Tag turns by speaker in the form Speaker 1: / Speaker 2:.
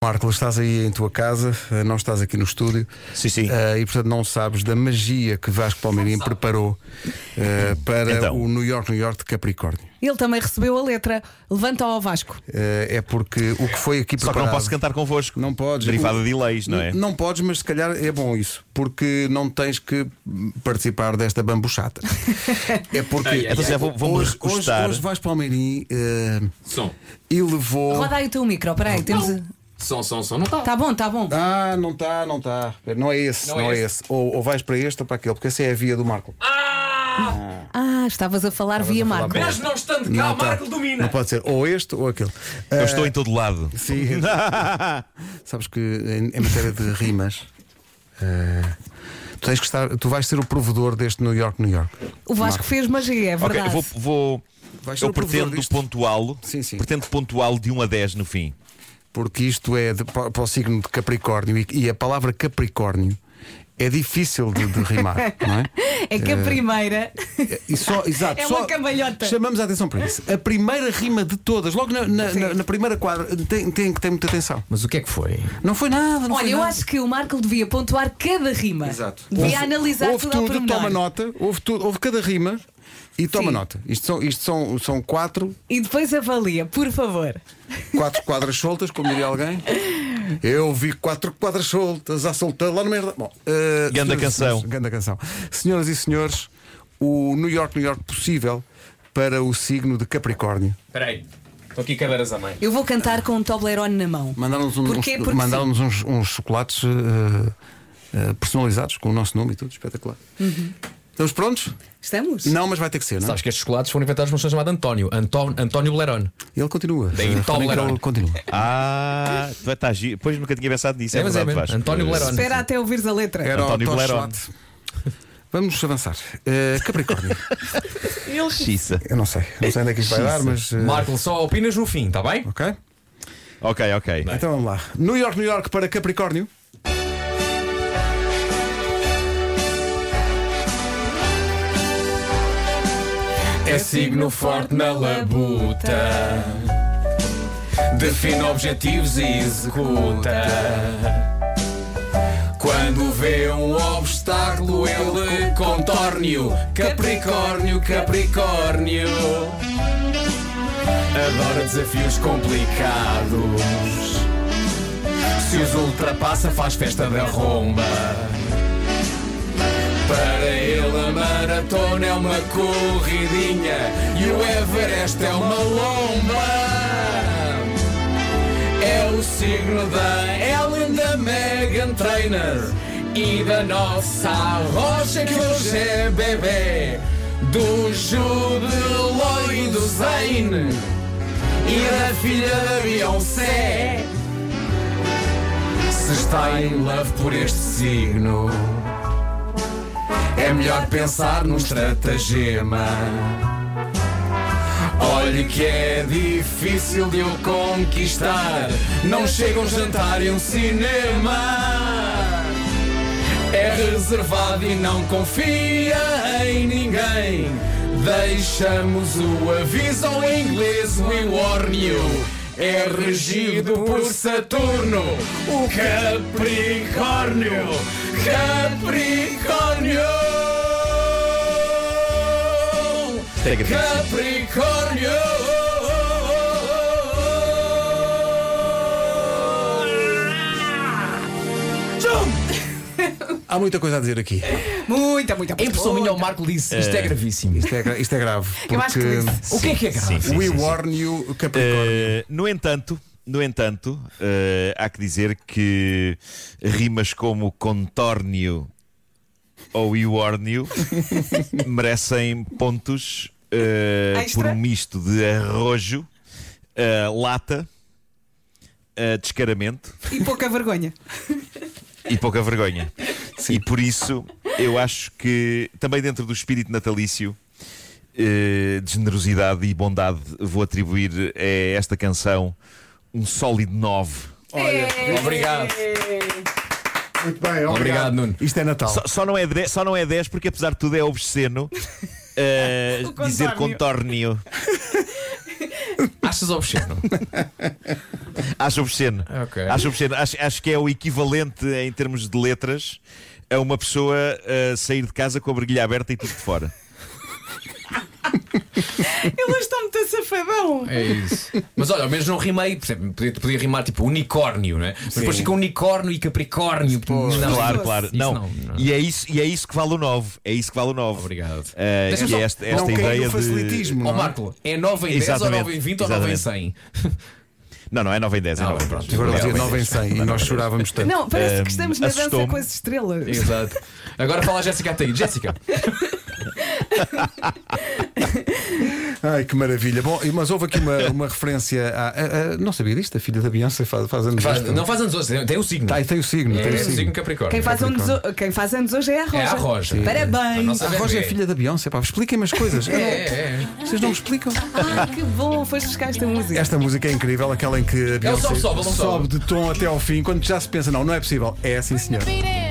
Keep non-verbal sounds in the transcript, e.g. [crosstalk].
Speaker 1: Marcos, estás aí em tua casa, eh, não estás aqui no estúdio.
Speaker 2: Sim, sim.
Speaker 1: Eh, e portanto não sabes da magia que Vasco Palmeirim preparou eh, para
Speaker 2: Então.
Speaker 1: o New York, New York de Capricórnio.
Speaker 3: Ele também recebeu a letra Levanta ao Vasco.
Speaker 1: Eh, é porque o que foi aqui
Speaker 2: Só que
Speaker 1: preparado.
Speaker 2: não posso cantar convosco.
Speaker 1: Não podes.
Speaker 2: Derivada de leis, não é?
Speaker 1: Não podes, mas se calhar é bom isso, porque não tens que participar desta
Speaker 2: [laughs]
Speaker 1: bambuchata. é porque.
Speaker 2: Então, se calhar, vou- vou-me
Speaker 1: hoje, hoje,
Speaker 2: recostar.
Speaker 1: hoje vais Palmeirim eh,
Speaker 4: Som.
Speaker 1: e levou.
Speaker 3: Roda aí o teu micro, peraí. Temos...
Speaker 4: Som, som, som. Não está.
Speaker 3: Tá bom, tá bom.
Speaker 1: Ah, não está, não está. Não é esse, não,
Speaker 4: Não
Speaker 1: é
Speaker 4: é
Speaker 1: esse. Ou, ou vais para este ou para aquele, porque essa é a via do Marco.
Speaker 3: Ah, estavas a falar via
Speaker 1: falar
Speaker 3: Marco.
Speaker 1: com ele.
Speaker 4: Mesmo não estando cá, o
Speaker 1: tá.
Speaker 4: Marco domina.
Speaker 1: Não pode ser ou este ou aquele.
Speaker 2: Eu
Speaker 1: Ah,
Speaker 2: estou em todo
Speaker 4: [laughs]
Speaker 2: lado.
Speaker 1: Sim. é Sabes que em, em matéria de rimas. ah, Tu, tens que estar, tu vais ser o provedor deste New York, New York.
Speaker 3: O Vasco fez magia, é
Speaker 2: ok,
Speaker 3: verdade.
Speaker 2: vou. vou-
Speaker 1: Vai ser
Speaker 2: Eu
Speaker 1: o provedor
Speaker 2: pretendo
Speaker 1: disto.
Speaker 2: pontuá-lo.
Speaker 1: Sim, sim.
Speaker 2: Pretendo pontuá-lo de 1 a 10 no fim.
Speaker 1: Porque isto é de- para para o signo de Capricórnio e, e a palavra Capricórnio é difícil de, de rimar, não é?
Speaker 3: É que a primeira.
Speaker 1: E só, exato,
Speaker 3: [laughs] É
Speaker 1: só
Speaker 3: uma cambalhota.
Speaker 1: Chamamos a atenção para isso. A primeira rima de todas, logo na, na- na- na primeira quadra, tem, tem que ter muita atenção.
Speaker 5: Mas o que é que foi?
Speaker 1: Não foi nada, não
Speaker 3: Olha,
Speaker 1: foi
Speaker 3: eu
Speaker 1: nada.
Speaker 3: acho que o Marco devia pontuar cada rima.
Speaker 1: Exato.
Speaker 3: Devia analisar
Speaker 1: ouve
Speaker 3: tudo ao pormenor.
Speaker 1: toma nota, ouve tudo, ouve cada rima e toma
Speaker 3: Sim.
Speaker 1: nota. Isto são, isto são, são quatro,
Speaker 3: E depois avalia, por favor.
Speaker 1: quatro quadras soltas, como diria alguém. Eu vi quatro quadras soltas a soltar lá no meio. da- Bom, eh,
Speaker 2: Ganda
Speaker 1: senhoras e
Speaker 2: canção.
Speaker 1: senhores, ganda canção. Senhoras e senhores, o New York, New York possível para o signo de Capricórnio.
Speaker 4: Espera aí. Estou aqui cadeiras à mãe.
Speaker 3: Eu vou cantar com um Toblerone na mão.
Speaker 1: Mandaram-nos um-
Speaker 3: Porquê?
Speaker 1: uns,
Speaker 3: Porque
Speaker 1: mandaram-nos uns, uns chocolates eh, eh, personalizados com o nosso nome e tudo, espetacular.
Speaker 3: Uhum.
Speaker 1: Estamos prontos?
Speaker 3: Estamos?
Speaker 1: Não, mas vai ter que ser, não é?
Speaker 5: Sabes que estes chocolates foram inventados por um senhor chamado António. Antó- António Bleron.
Speaker 1: Ele continua. Eh,
Speaker 5: Daí Tom
Speaker 1: reparem que
Speaker 5: Lerone.
Speaker 1: ele continua.
Speaker 2: Ah, tu vai estar giro. Pois nunca tinha pensado nisso. É,
Speaker 5: É, mas é
Speaker 2: verdade,
Speaker 5: mesmo.
Speaker 2: Vasco.
Speaker 5: António Belarone.
Speaker 3: Espera até ouvires a letra.
Speaker 1: Era o
Speaker 2: António
Speaker 1: Tom
Speaker 2: Lerone.
Speaker 1: Schlatt. Vamos avançar. Eh, Capricórnio.
Speaker 2: Eh, Xiça.
Speaker 1: Eu não sei. Não sei onde é que isto vai dar, mas. eh,
Speaker 5: Marco, só opinas no fim, tá bem?
Speaker 1: Ok?
Speaker 2: Ok, ok.
Speaker 1: Então vamos lá. New York, New York para Capricórnio.
Speaker 5: É
Speaker 3: signo forte na labuta.
Speaker 5: Define objetivos e executa. Quando vê um obstáculo, ele contorne-o. Capricórnio, Capricórnio. Adora desafios complicados. Se os ultrapassa, faz festa da romba. Para ele, a maratona é uma corridinha e o Everest é uma lomba. É o signo da Ellen, da Megan Trainer e da nossa rocha que hoje é bebê. Do Jude Law e do Zayn e da filha da Beyoncé. Se está em love por este signo, é melhor pensar num estratagema. Olhe que é difícil de eu conquistar. Não chega um jantar e um cinema. É reservado e não confia em ninguém. Deixamos o aviso em inglês, we warn you. É regido por Saturno, o Capricórnio. Capricórnio!
Speaker 2: Take it.
Speaker 5: Capricórnio!
Speaker 1: Há muita coisa a dizer aqui.
Speaker 3: Muita, muita,
Speaker 5: Em pessoa É minha, o Marco disse: Isto é gravíssimo.
Speaker 1: Isto é, gra- isto é grave. Porque
Speaker 3: Eu acho que
Speaker 5: O que é que é grave?
Speaker 2: Sim,
Speaker 1: We
Speaker 2: sim, sim.
Speaker 1: warn you, Capricórnio.
Speaker 2: Eh, no entanto, no entanto, eh, há que dizer que rimas como contórnio ou iórnio merecem pontos eh,
Speaker 3: Extra?
Speaker 2: por um misto de arrojo, eh, lata, eh, descaramento
Speaker 3: E pouca vergonha.
Speaker 2: e pouca vergonha. E por isso eu acho que também dentro do espírito natalício. eh, de generosidade e bondade, vou atribuir a esta canção um sólido 9.
Speaker 1: Olha,
Speaker 3: É.
Speaker 5: Obrigado.
Speaker 1: muito bem, obrigado.
Speaker 5: Obrigado, Nuno.
Speaker 1: Isto é Natal.
Speaker 2: Só, só não é 10, só não é 10 porque apesar de tudo é obsceno eh,
Speaker 3: O contórnio.
Speaker 2: dizer contórnio.
Speaker 5: Achas obsceno?
Speaker 2: Acho obsceno.
Speaker 5: Ok.
Speaker 2: Acho obsceno. Acho, acho que é o equivalente em termos de letras a uma pessoa uh, sair de casa com a briguilha aberta e tudo de fora.
Speaker 3: Ele está muito safadão.
Speaker 5: É isso. Mas olha, ao menos não rimei, por exemplo, podia, podia rimar tipo unicórnio, né? Mas depois fica unicórnio e capricórnio. Não,
Speaker 2: Claro, claro.
Speaker 5: Isso
Speaker 2: Não.
Speaker 5: não, não.
Speaker 2: E, é isso, e é isso que vale o 9. É isso que vale o 9.
Speaker 5: Obrigado.
Speaker 2: Uh,
Speaker 5: Deixa
Speaker 2: que
Speaker 5: só-
Speaker 2: é esta,
Speaker 1: Não
Speaker 2: esta
Speaker 1: cair
Speaker 2: ideia
Speaker 1: no
Speaker 2: de.
Speaker 1: facilitismo.
Speaker 5: Ó
Speaker 1: não é?
Speaker 5: Marco, é 9 em 10 ou
Speaker 2: Exatamente.
Speaker 5: 9 em 20 ou 9 em 100?
Speaker 2: Não, não, é 9 em 10. É
Speaker 5: Ah,
Speaker 2: 9 em
Speaker 5: pronto.
Speaker 2: 10.
Speaker 1: Agora dizia
Speaker 2: É
Speaker 1: 9 em 100 e nós chorávamos tanto.
Speaker 3: Não, parece que
Speaker 2: Ahm,
Speaker 3: estamos na dança
Speaker 2: assustou-me.
Speaker 3: com as estrelas.
Speaker 5: Exato. Agora fala a Jéssica Ataíde. Jéssica,
Speaker 1: Ai, que maravilha. Bom, e- mas houve aqui uma, uma referência à. a- a- não sabia disto, a filha da Beyoncé faz, faz anos.
Speaker 5: faz-
Speaker 1: deste
Speaker 5: não
Speaker 1: ano.
Speaker 5: faz anos hoje, tem- tem o signo.
Speaker 1: Tá, e tem o signo,
Speaker 5: é,
Speaker 1: tem o
Speaker 5: o signo
Speaker 1: signo.
Speaker 5: Capricórnio.
Speaker 3: Quem faz, anos, ho- quem faz anos hoje é a Roja.
Speaker 5: É a Roja. Sim. A
Speaker 3: Parabéns.
Speaker 5: nossa-
Speaker 1: A Roja é filha da Beyoncé, pá, expliquem-me as coisas. Eu
Speaker 5: É,
Speaker 1: não-
Speaker 5: é, é.
Speaker 1: Vocês não me explicam.
Speaker 3: Ah, que bom, foste buscar esta música.
Speaker 1: Esta música é incrível, aquela em que a Beyoncé
Speaker 5: sobe, sobe, ele sobe.
Speaker 1: sobe de tom até ao fim, quando já se pensa, não, não é possível. É, sim, senhor.
Speaker 6: Beat it.